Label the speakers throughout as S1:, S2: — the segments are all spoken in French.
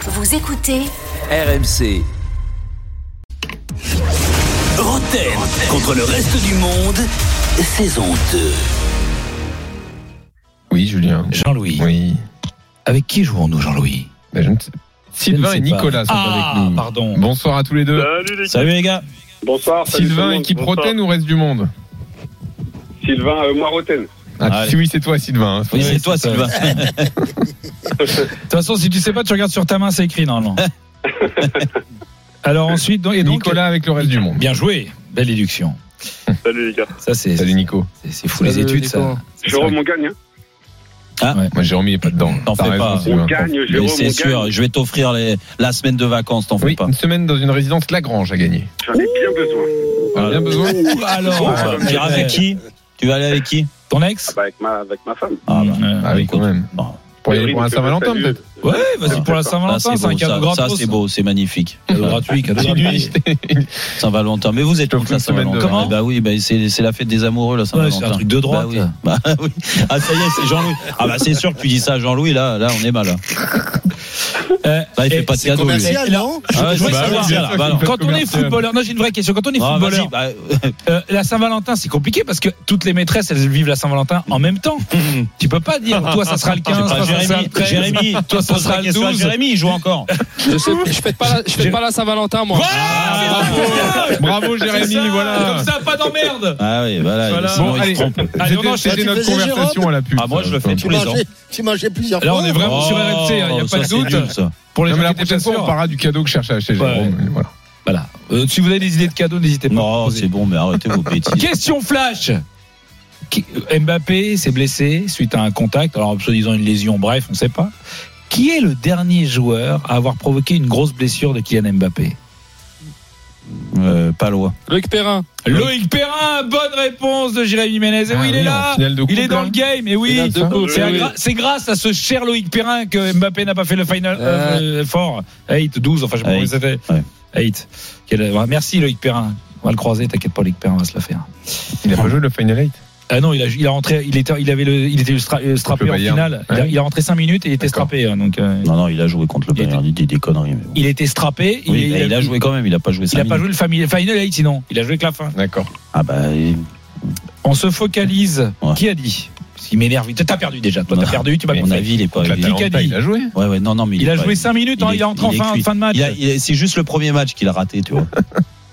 S1: Vous écoutez
S2: RMC. Roten contre le reste du monde, saison 2.
S3: Oui, Julien.
S4: Jean-Louis.
S3: Oui.
S4: Avec qui jouons-nous, Jean-Louis
S3: Ben, je ne sais- Sylvain
S4: sais
S3: et
S4: pas.
S3: Nicolas sont
S4: Ah,
S3: avec nous.
S4: pardon.
S3: Bonsoir à tous les deux.
S5: Salut les
S4: Salut les gars.
S5: Bonsoir. salut tout
S3: Sylvain,
S5: le monde,
S3: équipe
S5: bonsoir.
S3: Roten ou reste du monde
S5: Sylvain, euh, moi Roten.
S3: ah,
S4: Allez.
S3: si Oui, c'est toi, Sylvain. hein.
S4: Oui, c'est
S6: c'est
S4: toi,
S6: ça.
S4: Sylvain.
S6: De toute façon, si tu sais pas, tu regardes sur ta main, c'est écrit normalement. Alors ensuite, donc- et donc,
S3: Nicolas avec le reste du
S4: euh,
S3: monde.
S6: bien joué, belle éduction.
S5: Salut les gars.
S6: Ça c'est
S3: Salut Nico.
S4: C'est- C'est fou les études, ça.
S5: Jérôme, on gagne. hein.
S3: Moi, Jérôme, il est pas dedans.
S4: T'en
S3: T'as
S4: fais
S3: raison,
S4: pas.
S3: Sylvain.
S5: On gagne,
S4: Mais
S5: Jérôme, on
S4: c'est sûr,
S5: gagne.
S4: je vais t'offrir les- la semaine de vacances, t'en fais
S3: Oui,
S4: pas.
S3: une semaine dans une résidence Lagrange à gagner.
S5: J'en ai bien besoin.
S3: On a bien besoin.
S6: Ouh, alors,
S5: Ah,
S4: Tu iras avec qui Tu vas aller avec qui
S6: ton
S5: Ah
S6: ex
S5: bah, avec, ma, avec ma femme.
S4: Ah, bah.
S6: Euh,
S3: Ah oui, quand même.
S4: Bon.
S3: Pour
S5: Laurie
S3: aller pour
S5: nous
S3: un
S5: fait
S3: Saint-Valentin,
S5: salut.
S3: peut-être.
S6: Ouais, vas-y pour la
S4: Là,
S6: Saint-Valentin,
S4: c'est
S6: c'est un
S4: beau,
S6: cadeau
S4: ça, ça,
S6: gratos.
S4: c'est beau, c'est magnifique.
S6: Cadeau gratuit, cadeau
S3: J'ai dû
S6: gratuit.
S3: acheter-
S4: Saint-Valentin. Mais vous êtes
S3: Je
S4: contre la
S3: t'offre une semaine de
S4: Saint-Valentin.
S3: vacances.
S4: Eh ben oui, ben c'est c'est la fête des amoureux, la
S6: Ouais,
S4: Saint-Valentin.
S6: c'est un truc de droite.
S4: Bah oui. Bah oui. Ah, ça y est, c'est Jean-Louis. Ah, bah c'est sûr que tu dis ça à Jean-Louis, là, là, on est mal. Là,
S6: Euh,
S4: Là, il
S6: et-
S4: fait pas de cadeau. lui.
S6: et là,
S4: Ah, ouais,
S6: je voudrais
S4: bah,
S6: savoir,
S4: oui, bien sûr,
S6: bah,
S4: c'est une
S6: Quand on est
S3: commerciale.
S6: footballeur, non j'ai une vraie question. Quand on est
S4: Ah, vas-y,
S6: footballeur,
S4: bah,
S6: euh, la Saint-Valentin c'est compliqué parce que toutes les maîtresses elles vivent la Saint-Valentin en même temps. Tu peux pas dire toi ça sera le
S4: je sais
S6: 15,
S4: pas,
S6: toi ça sera le
S4: Jérémy,
S6: 13.
S4: Jérémy,
S6: toi, ça
S4: pose
S6: sera
S4: la
S6: le
S4: question à
S6: 12.
S4: Jérémy, il joue encore.
S7: Je sais, je fête pas la, je fête
S6: Je-
S7: pas la Saint-Valentin moi.
S6: Ah,
S3: Bravo, Jérémy, voilà.
S6: Comme ça, pas d'emmerde.
S4: Ah oui, voilà.
S6: Voilà.
S4: sinon,
S3: Bon,
S4: il se
S3: allez.
S4: trompe.
S6: Allez, on
S3: C'était-
S6: enchaîne.
S3: C'était notre
S8: Tu faisais
S3: conversation à la pub.
S4: Ah, moi, je le fais tous
S8: Tu
S4: les ans.
S8: mangeais, tu mangeais plusieurs
S6: Là,
S8: fois.
S6: on est vraiment
S4: Oh,
S6: sur RMC, il n'y a
S4: ça,
S6: pas de
S4: c'est
S6: doute.
S4: nul, ça.
S6: Pour les
S3: Non, mais la
S6: gens qui étaient
S3: prochaine fois, on parlera du cadeau que je cherche à acheter Jérôme. Voilà.
S6: Voilà. Euh, si vous avez des idées de cadeaux, n'hésitez pas. à
S4: Non,
S6: proposer.
S4: c'est bon, mais arrêtez vos bêtises.
S6: Question flash. Qui- euh, Mbappé s'est blessé suite à un contact, alors soi-disant une lésion, bref, on ne sait pas. Qui est le dernier joueur à avoir provoqué une grosse blessure de Kylian Mbappé
S4: Euh, pas loin.
S7: Loïc Perrin.
S6: Loïc Perrin, bonne réponse de Jérémy Ménez. Et oui,
S3: Ah
S6: il
S3: oui,
S6: est
S3: en
S6: là.
S3: finale de
S6: Il
S3: coupe,
S6: est dans
S3: hein. là.
S6: le game. Et oui,
S4: Hein
S7: Finale de coupe,
S6: c'est
S7: eh
S6: à
S7: oui.
S6: gra- c'est grâce à ce cher Loïc Perrin que Mbappé n'a pas fait le final
S7: Euh.
S6: euh, fort. 8, 12, enfin, je sais pas
S4: Eight,
S6: comment ça fait.
S4: ouais.
S6: 8. euh, Merci Loïc Perrin. On va le croiser, t'inquiète pas, Loïc Perrin va se la faire.
S3: Il a pas joué le Final Eight.
S6: Ah non, il a, il a rentré, il était, il avait le, il était le stra- euh, strappé
S3: Le
S6: en
S3: Bayern.
S6: finale. Il, a,
S3: Ouais.
S6: il a rentré 5 minutes et il était
S3: D'accord.
S6: strappé. hein, Donc, euh,
S4: Non, non, il a joué contre le Bayern, il dit des conneries. mais bon.
S6: il était strappé.
S4: Oui, il, a, il a joué quand même, il a pas joué
S6: Il
S4: ça.
S6: a pas joué le family- final eight, sinon. Il a joué que la fin.
S3: D'accord.
S4: Ah bah, il-
S6: On se focalise.
S4: Ouais.
S6: Qui a dit Parce qu'il m'énerve. T'as perdu déjà. Toi,
S4: Non.
S6: t'as perdu. Tu m'as
S4: à mon
S6: compris.
S4: avis, il est pas.
S3: Donc,
S4: il est-
S3: l'Atalanta, il a joué.
S4: Ouais, ouais, non, non, mais
S6: Il,
S4: il est
S6: a
S4: pas-
S6: joué 5 minutes. hein, Il,
S4: il est-
S6: a rentré
S4: il est
S6: en fin,
S4: cuit.
S6: fin de match.
S4: Il a- il a- c'est juste le premier match qu'il a raté, tu vois.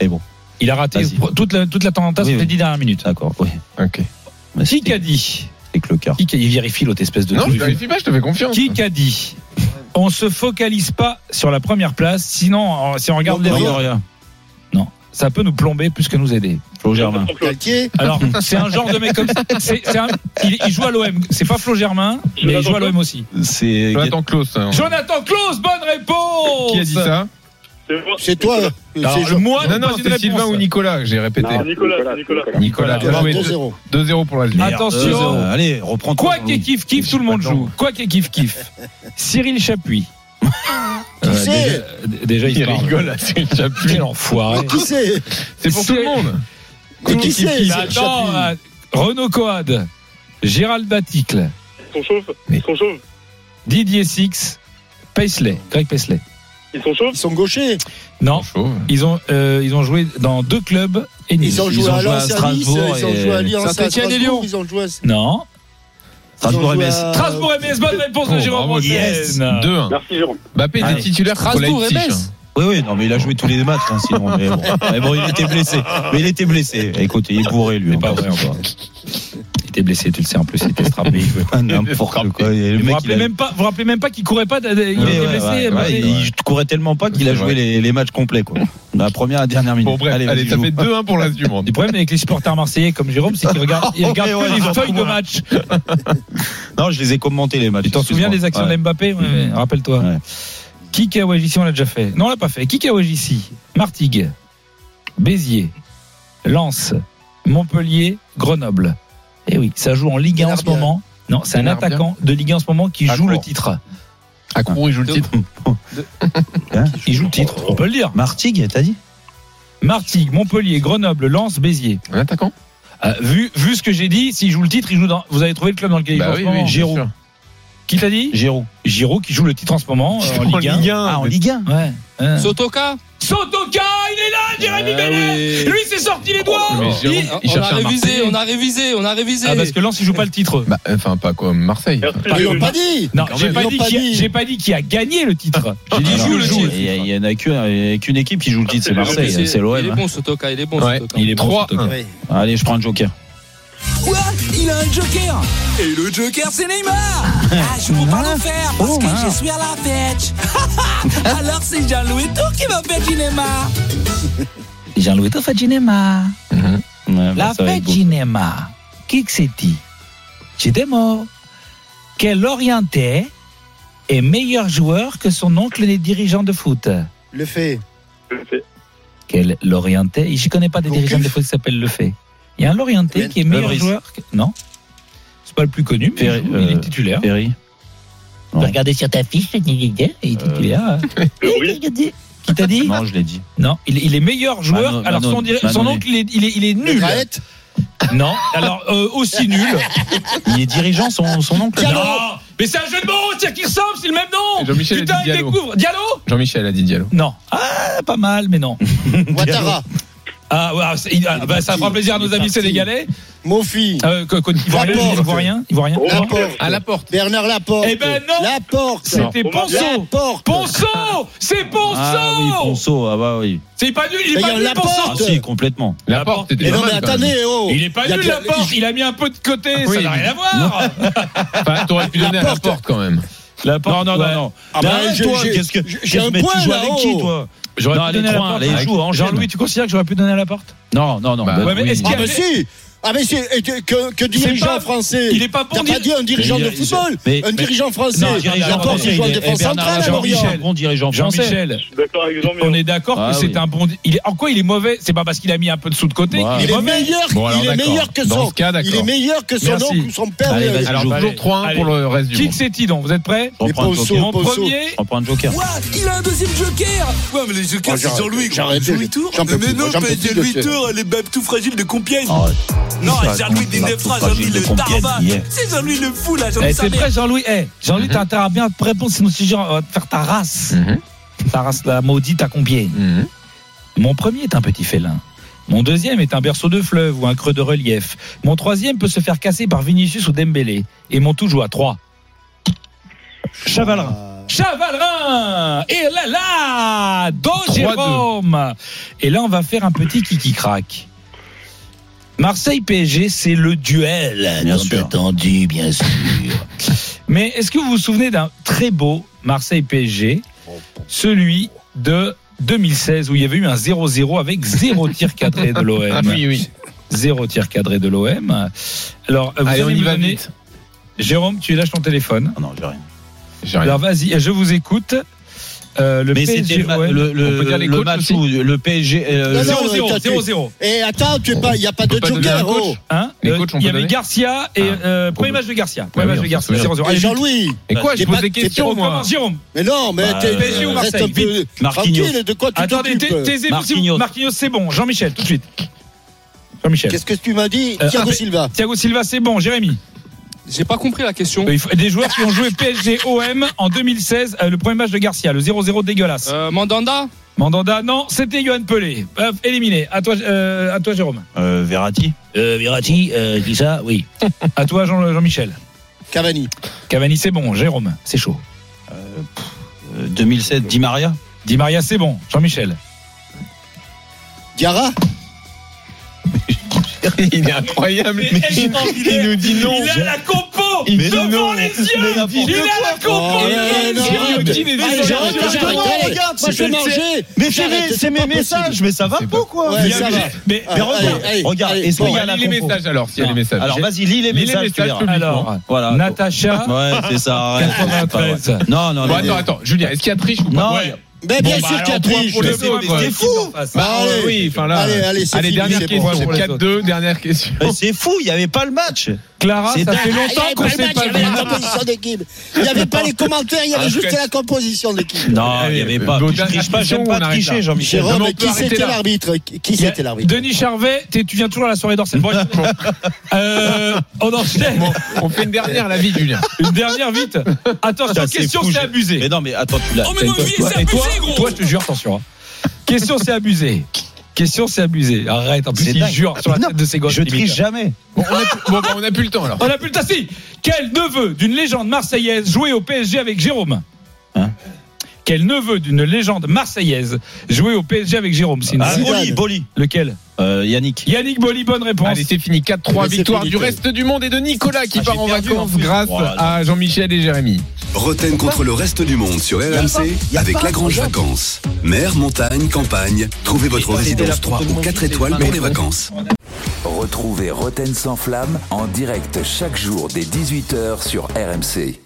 S4: Et bon,
S6: Il a raté
S4: Vas-y.
S6: pro- toute la, toute la tendance
S4: Oui,
S6: sur les
S4: oui.
S6: 10 dernières minutes.
S4: d'accord, oui.
S3: Ok.
S4: Mais
S6: Qui
S4: c'était-
S6: a dit
S4: c'était que le cœur.
S6: Qui a dit Vérifie l'autre espèce de
S3: Non, je
S6: truc.
S3: vérifie pas, je te fais confiance.
S6: Qui a dit On se focalise pas sur la première place, sinon, on- si on regarde les
S8: Non,
S6: autres,
S4: Longoria,
S6: ça peut nous plomber plus que nous aider.
S4: Flo Germain.
S8: Galtier,
S6: Alors, c'est un genre de mec comme ça. C'est- c'est un- il, il joue à l'OM. C'est pas Flo Germain, mais il joue à l'OM aussi.
S4: C'est.
S3: Jonathan Klaus. hein.
S6: Jonathan Klaus, bonne réponse
S3: Qui a dit ça
S5: moi.
S8: c'est toi. euh,
S6: Alors,
S8: C'est Jean-
S6: moi,
S3: Non, non,
S6: pas
S3: c'est
S6: une réponse.
S3: Sylvain ou Nicolas, j'ai répété.
S5: Non, Nicolas, Nicolas.
S3: Nicolas,
S8: tu vas
S3: oui,
S8: 2-0.
S3: 2-0 pour l'Algérie.
S4: Merde,
S6: Attention.
S4: deux heures. Allez, reprends ton
S6: Quoi
S4: temps,
S6: qu'il
S4: oui.
S6: kiffe, kiffe, tout le monde joue. Quoi qu'il kiffe, kiffe. Cyril Chapuis.
S8: Qui
S6: euh, déjà, euh,
S8: c'est
S6: déjà, il,
S3: Il
S6: parle.
S3: rigole, là, Cyril Chapuis.
S6: Quel enfoiré.
S8: Qui c'est
S3: C'est pour tout le monde.
S8: Mais qui c'est
S6: Bah, attends, euh, Renaud Coad, Gérald Baticle,
S5: Ils sont chauves.
S3: Mais-
S5: Ils sont chauves.
S6: Didier Six, Paisley, Greg Paisley.
S5: Ils sont chauves.
S8: Ils sont gauchers.
S6: Non,
S3: Chauve.
S6: ils ont, euh, ils ont joué dans deux clubs et
S8: Ils ont joué à
S4: joué
S8: Lens,
S4: à
S8: à Nice,
S4: Strasbourg
S8: ils ont
S4: et-
S8: joué à Lyon, à
S7: Saint-Etienne et Lyon.
S8: Strasbourg, Ils ont joué à
S6: Non.
S4: Strasbourg et
S8: Euh,
S4: Metz.
S6: Strasbourg et Metz, bonne réponse de
S3: Oh,
S6: Jérôme
S3: bravo,
S6: Rotten.
S4: yes.
S3: Deux.
S5: Merci Jérôme.
S3: Mbappé était
S4: Allez.
S3: titulaire contre
S7: Strasbourg et
S3: Leipzig. hein.
S7: Metz.
S4: Oui, oui, non, mais il a joué tous les matchs, hein, sinon. Mais bon. Mais bon, il était blessé. Mais il était blessé. Écoute, il est bourré, lui.
S6: C'est pas
S4: encore
S6: vrai
S4: ce soir.
S6: encore. Il était blessé, tu le sais en plus, il était strappé. Il jouait pas.
S4: Ah, N'importe quoi. Et Le
S6: Vous
S4: mec,
S6: vous
S4: il
S6: rappelez
S4: a-
S6: même pas, vous vous rappelez même pas qu'il courait pas, il était
S4: Ouais, ouais,
S6: blessé.
S4: ouais,
S6: Mbappé.
S4: ouais, il courait tellement pas qu'il a
S3: C'est vrai.
S4: joué les, les matchs complets quoi. La première à la dernière minute.
S3: Bon, bref, allez,
S4: vas-y,
S3: ça
S4: joue.
S3: fait 2-1 pour l'As du monde.
S6: Le problème avec les supporters marseillais comme Jérôme, c'est qu'ils regardent, ils
S4: Oh,
S6: regardent
S4: mais ouais,
S6: que
S4: ils
S6: les
S4: ont
S6: feuilles de
S4: trouvé.
S6: match.
S4: Non, je les ai commentés les matchs.
S6: Tu t'en souviens des actions
S4: Ouais. Mhm.
S6: de Mbappé Ouais, ouais, Rappelle-toi.
S4: Ouais.
S6: Qui Kawajici, on l'a déjà fait Non, on l'a pas fait. Qui Kawajici Martigues, Béziers, Lens, Montpellier, Grenoble. Eh oui, ça joue en Ligue 1 en ce
S8: Canarbia.
S6: moment. Non, c'est un
S3: Canarbia.
S6: attaquant de Ligue 1 en ce moment qui joue
S3: Accor.
S6: le titre.
S3: À court, il joue le titre.
S6: Il joue le titre, on peut le dire.
S4: Oh, Martigues, t'as dit
S6: Martigues, Montpellier, Grenoble, Lens, Béziers.
S3: Un attaquant Bah
S6: Bah Euh, vu, vu ce que j'ai dit, s'il joue le titre, il joue dans. Vous avez trouvé le club dans lequel il joue en ce moment
S3: Giroud.
S6: Qui t'a dit
S4: Giroud.
S6: Giroud qui joue le titre en ce moment euh, en
S3: En
S6: Ligue 1.
S3: Ligue 1.
S4: Ah, en Ligue 1
S6: Ouais. ouais.
S7: Sotoka
S6: Sotoka, il est là, Jérémy
S7: Ah
S6: Benet
S7: oui.
S6: Lui, c'est sorti les doigts
S3: Oh, mais Giroud,
S6: Il-
S3: il
S2: hein.
S7: on, on a
S3: cherchait un
S7: révisé,
S3: Marseillais.
S7: on a révisé, on a révisé.
S4: bah,
S6: Ah, parce que Lens, il joue pas le titre.
S3: Bah, enfin, pas comme Marseille.
S5: Merci,
S8: Ils l'ont
S5: Jules.
S8: pas dit.
S6: Non,
S8: Quand
S6: j'ai
S8: même,
S6: pas,
S8: ils l'ont
S6: dit qui a- j'ai pas dit qui a gagné le titre. J'ai dit
S4: Alors,
S6: joue le
S4: il y a-
S6: titre.
S4: Il y en a qu'un- il y a qu'une équipe qui
S6: Ah,
S4: joue le titre, c'est Marseille,
S7: Il est-
S4: c'est
S7: Il est
S4: l'OM.
S7: bon Sotoka, il est bon
S3: Ouais,
S7: Sotoka.
S6: Il est bon,
S3: 3
S6: Sotoka.
S8: Oui.
S4: Allez, je prends le joker.
S2: Quoi Il a un joker Et le joker, c'est Neymar Ah, je vous parle offert parce
S4: Oh,
S2: que je suis à la fête Alors c'est Jean-Louis Tour qui va faire du Neymar
S6: Jean-Louis Tofaginema.
S4: Ouais, bah,
S6: La
S4: ça va être
S6: fête
S4: beau.
S6: Ginema. Qui que c'était J'étais mort. Quel Orientais est meilleur joueur que son oncle les dirigeants de foot
S8: Le fait.
S6: Quel Lorientais Je connais pas des
S8: Gourcuff
S6: dirigeants de foot qui s'appellent Le Fait. Il y a un Lorientais
S8: Ben,
S6: qui est meilleur
S4: Lebris.
S6: joueur que... Non C'est pas le plus connu, mais
S4: Ferré-
S6: il joue, il est
S4: euh,
S6: titulaire.
S4: Perry.
S6: Tu peux regarder sur ta fiche, il est titulaire. hein.
S5: Lebris.
S6: Qui t'a dit
S4: Non, je l'ai dit.
S6: Non, il, il est meilleur joueur.
S4: Manon-
S6: alors son,
S4: Manon-
S6: diri- son
S4: Manon-
S6: oncle, il est, il est, il est
S8: Le
S6: nul.
S8: Graët.
S6: Non, alors euh, aussi nul.
S4: Il est dirigeant, son, son oncle.
S8: Diallo.
S6: Non, mais c'est un jeu de mots, c'est qui ressemble, c'est le même nom.
S3: Jean-Michel
S6: Putain,
S3: a dit
S6: il
S3: Diallo.
S6: découvre. Diallo
S3: Jean-Michel a dit Diallo.
S6: Non. Ah, pas mal, mais non.
S8: Ouattara.
S6: Ah, ouais, ah, c'est- il- ah, bah, ça fera plaisir à nos amis sénégalais.
S8: Mofi.
S6: Euh, Côte d'Ivoire,
S8: Laporte.
S6: ils voient rien, ils voient rien. Non.
S8: Laporte.
S3: À la porte.
S8: Bernard Laporte.
S6: Eh ben non.
S8: Laporte.
S6: C'était
S5: Non.
S6: Ponceau.
S8: Laporte.
S6: Ponceau, c'est Ponceau.
S4: Ah oui, Ponceau, ah bah oui.
S6: C'est pas nul, il est
S8: Mais il y
S6: pas
S8: a
S6: nul,
S8: Laporte.
S4: Ah
S6: Ponceau.
S4: si, complètement.
S3: La porte était
S8: Mais Eh non,
S3: pas
S8: mais
S3: mal, quand même.
S8: attendez, oh.
S6: Il est pas
S8: Il y a
S6: nul,
S8: que-
S6: la porte. Il a mis un peu de
S4: Ah
S6: côté, ça
S3: Oui.
S6: n'a rien à voir.
S3: Enfin, Bah, t'aurais pu donner à la
S8: porte.
S3: porte quand même.
S4: La porte,
S6: non,
S4: ouais,
S6: non.
S8: Ah bah,
S4: Derrière
S8: j'ai-
S4: toi,
S8: j'ai-
S4: qu'est-ce que.
S8: j'ai
S4: qu'est-ce
S8: un
S4: que- tu
S8: point
S4: joues avec
S8: là-haut.
S6: oh.
S4: qui, toi
S3: J'aurais
S4: Non,
S3: pu
S4: les
S3: donner à la
S4: trois,
S3: porte.
S4: les
S3: Avec-
S4: joues en
S6: Jean-Louis, tu considères que j'aurais pu donner à la porte
S4: Non, non, non.
S3: Bah,
S4: bah
S3: ouais, mais
S4: oui.
S6: est-ce qu'il y
S8: Ah
S6: a-
S8: bah si. Ah mais si. Et que, que, que dirigeant
S6: pas-
S8: français.
S6: Il est pas bon.
S8: T'as pas
S6: dit-
S8: dit un dirigeant
S4: Mais-
S8: de football.
S4: mais-
S8: un
S4: mais-
S8: dirigeant français.
S6: Non, un dirigeant
S8: Laporte,
S6: français,
S8: il joue en défense centrale à Lorient.
S4: un eh, bon dirigeant français.
S6: Jean-Michel,
S5: Je suis d'accord avec Jean-Michel.
S6: on est d'accord
S4: Ah
S6: que c'est
S4: oui.
S6: un bon. di- Il est en quoi il est mauvais C'est pas parce qu'il a mis un peu de sous de côté
S4: Ouais.
S6: qu'il
S8: Il
S6: est
S8: est
S6: mauvais.
S8: meilleur,
S3: Bon, alors,
S8: il est
S3: d'accord.
S8: meilleur que
S3: Dans
S8: son,
S3: ce cas, d'accord.
S8: il est meilleur que son
S6: Merci.
S8: oncle ou son père.
S4: Allez,
S8: euh,
S4: vas-y.
S3: Alors,
S4: Allez.
S3: toujours 3-1 pour le reste du
S6: Qui
S3: monde.
S6: que c'est-il donc Vous êtes prêts
S4: On
S8: Et
S4: prend un
S8: Ponceau.
S4: joker.
S6: Mon
S8: Ponceau.
S6: premier.
S4: On prend un joker.
S2: Quoi Il a un deuxième joker Ouais, mais les jokers,
S8: Oh,
S2: c'est
S8: j'arrête,
S2: Jean-Louis. gros.
S8: j'arrête,
S2: Jean-Louis Tour
S8: j'en peux
S2: Mais
S8: plus,
S2: non,
S8: j'en peux
S2: mais
S8: plus de
S2: Jean-Louis
S8: ce-
S2: Tour, les babes tout fragiles de Compiègne.
S4: Ah,
S2: Non,
S4: ça
S2: Jean-Louis
S4: raconte
S2: des
S4: la
S2: neuf phrases,
S4: fragile
S2: Jean-Louis
S4: de
S2: le
S4: Compiègne,
S2: tarba.
S4: hier.
S2: C'est Jean-Louis le fou, là,
S6: Eh,
S2: Jean-Louis sa
S6: C'est
S2: mère.
S6: prêt, Jean-Louis. Eh, Jean-Louis, t'as intérêt à bien te répondre, sinon si genre, on va te euh, faire ta race.
S3: Mhm.
S6: Ta race, la maudite à combien
S3: Mhm.
S6: Mon premier est un petit félin. Mon deuxième est un berceau de fleuve ou un creux de relief. Mon troisième peut se faire casser par Vinicius ou Dembélé. Et mon tout joue à trois. Chavalerin. Chavalerin Et là là Don
S3: 3-2.
S6: Jérôme Et là, on va faire un petit kiki-crack. Marseille-PSG, c'est le duel.
S4: Bien
S6: tant
S4: sûr.
S6: attendu, bien sûr. Mais est-ce que vous vous souvenez d'un très beau Marseille-PSG Celui de 2016, où il y avait eu un 0-0 avec zéro tir cadré de
S3: Ah
S6: l'OM.
S3: oui, oui.
S6: Zéro tir cadré de l'OM. Alors, vous
S3: Allez, on
S6: allez
S3: y
S6: me
S3: va
S6: donner-
S3: vite.
S6: Jérôme, tu lâches ton téléphone.
S4: Ah Non, j'ai rien.
S3: J'ai rien.
S6: Alors vas-y, je vous écoute. Euh, le
S4: Mais c'était
S6: PSG,
S4: le ma-
S6: ouais.
S4: le-
S6: on peut dire les
S4: le- le
S6: coachs
S4: match
S6: aussi
S4: où le PSG. euh,
S8: Non,
S4: le-
S8: non.
S6: 0-0,
S8: t'as-
S6: 0-0.
S8: Et Eh, attends, tu es pas, il n'y a pas
S3: peut
S8: de
S3: pas donner un
S8: joker,
S3: coach.
S8: oh.
S6: Hein
S3: Les
S6: Euh,
S3: coachs, on
S6: Il y
S3: peut
S6: avait
S3: donner
S6: Garcia et
S3: Ah,
S6: euh, premier
S3: on
S6: match de Garcia. Premier
S3: oui,
S6: match
S3: on
S6: de
S3: s'en
S6: Garcia,
S3: souvient.
S6: 0-0.
S8: Et
S6: Allez,
S8: Eh, Jean-Louis.
S3: Et quoi, je
S8: t'es
S3: pose
S8: pas-
S3: des
S8: t'es
S3: questions,
S6: on
S3: moi.
S6: commence, Jérôme.
S8: Mais non, mais
S4: Bah,
S8: t'es,
S6: PSG ou
S8: reste
S6: Marseille,
S8: un peu
S4: Marquinhos.
S8: tranquille de quoi tu
S6: Attendez,
S8: t'occupes.
S6: tais- taisez-vous. s'il vous-
S4: Marquinhos.
S6: Marquinhos, c'est bon. Jean-Michel, tout de suite. Jean-Michel.
S8: Qu'est-ce que tu m'as dit,
S6: Euh,
S8: Thiago
S6: ah,
S8: Silva
S6: Thiago Silva, c'est bon. Jérémy.
S7: J'ai pas compris la question.
S6: Euh, il faut- Des joueurs qui ont joué PSG-OM en 2016, euh, le premier match de Garcia, le 0-0 dégueulasse.
S2: Ah.
S7: Euh, Mandanda
S6: Mandanda, non, c'était Johan Pelé. Hop, éliminé. À toi, euh, à toi Jérôme.
S4: euh, Verratti.
S6: Euh, Virati, qui ça Oui. à toi, Jean- Jean-Michel.
S8: Cavani.
S6: Cavani, c'est bon. Jérôme, c'est chaud.
S4: euh, 2007, Di Maria.
S6: Di Maria, c'est bon. Jean-Michel.
S8: Diarra
S3: Il est incroyable.
S6: il
S3: nous dit non.
S6: a la
S4: Oh,
S6: compo
S3: Il devant dit non.
S6: les
S3: Mais n'importe Il a
S6: la
S8: Oh,
S6: compo
S8: il a mais les non, yeux, mais- il
S6: est
S8: Allez, j'arrête,
S4: Jean-Louis,
S8: j'arrête,
S4: Jean-Louis,
S8: allez.
S4: regarde,
S8: Moi, je vais
S4: c'est-
S8: manger.
S4: Mais c'est
S8: J'arrête,
S4: mes- c'est mes
S8: pas possible.
S4: messages, mais ça va hein.
S3: C'est
S4: pas ou
S3: pas-
S4: quoi
S8: Ouais, ça va.
S6: Mais
S8: Ah,
S4: Mais regarde,
S8: allez, allez,
S4: regarde,
S8: allez,
S4: est-ce
S8: bon,
S4: qu'il y a la
S3: Lis les
S4: compo
S3: messages alors, s'il y a
S4: Non.
S3: les messages.
S4: Alors vas-y, lis
S3: Lis les
S4: les messages, tu
S3: messages
S4: verras.
S3: publiquement.
S6: alors,
S4: Voilà.
S6: Natacha,
S4: Ouais, c'est ça. arrête, c'est pas vrai.
S6: 93.
S4: Non, non,
S3: Bon,
S4: mais-
S3: attends, attends, Julien, est-ce qu'il y a triche ou pas
S4: Non,
S3: Ouais.
S4: y a-
S8: Mais bien sûr qu'il y a triche.
S3: pour le
S6: C'est
S3: dos, quoi.
S4: fou.
S8: Bah, allez.
S3: oui, enfin là.
S8: Allez, allez, c'est
S3: Allez,
S8: fini,
S3: dernière
S8: c'est
S3: question.
S8: bon.
S6: pour les
S3: 4-2, dernière question.
S4: Mais C'est fou, il n'y avait pas le match.
S6: Clara,
S4: C'est
S6: ça
S4: dingue.
S6: fait longtemps qu'on
S8: Ah, Il n'y
S6: s'est
S8: avait pas
S6: pas vu.
S8: le match, il y avait la composition d'équipe. Il n'y avait pas les commentaires, il y avait juste la composition d'équipe.
S4: Non, il n'y avait pas.
S3: Donc,
S4: Je triche pas,
S3: question,
S4: j'aime
S3: on
S4: pas
S3: arrête là.
S4: tricher, Jean-Michel.
S3: Non, mais on
S8: Jérôme,
S3: peut
S8: qui
S3: arrêter
S8: c'était
S3: là.
S8: l'arbitre Qui qui c'était l'arbitre
S6: Denis Charvet, t'es- tu viens toujours à la soirée d'Orsen. Bon, euh, on enchaîne.
S3: Bon, on fait une dernière, la vie, Julien.
S6: Une dernière vite. Attention,
S4: Ça, c'est
S6: question
S4: fou,
S6: c'est
S4: je-
S6: abusé.
S4: Mais non, mais attends, tu l'as.
S2: Oh, mais non,
S4: t'as-
S2: lui,
S6: toi,
S2: c'est
S6: et toi,
S2: abusé, gros.
S6: toi, je te jure, attention. hein. Question, c'est abusé. Question, c'est abusé. Arrête, en plus,
S4: C'est
S6: il
S4: dingue.
S6: jure sur la
S4: Non,
S6: tête de ses gosses.
S4: Je
S6: limite.
S4: triche jamais.
S3: Bon, on a plus, bon, bah, on a plus le temps alors.
S6: On a plus le temps. Si. Quel neveu d'une légende marseillaise joué au PSG avec Jérôme
S4: Hein
S6: Quel neveu d'une légende marseillaise joué au PSG avec Jérôme sinon
S4: Ah, Boli, Boli.
S6: Lequel
S4: Euh, Yannick.
S6: Yannick Boli, bonne réponse.
S3: Allez, c'est fini. 4-3
S8: Mais c'est
S3: victoire
S8: fini,
S3: du
S8: toi.
S3: reste du monde et de Nicolas qui
S4: Ah,
S3: part
S4: j'ai
S3: en
S4: perdu, en
S3: vacances
S4: plus.
S3: grâce
S4: Oh, là,
S3: à Jean-Michel et Jérémy.
S1: Roten contre le reste du monde sur RMC avec Lagrange Vacances. Mer, montagne, campagne, trouvez votre résidence 3 ou 4 étoiles pour les vacances.
S9: Retrouvez Roten sans flamme en direct chaque jour dès 18h sur RMC.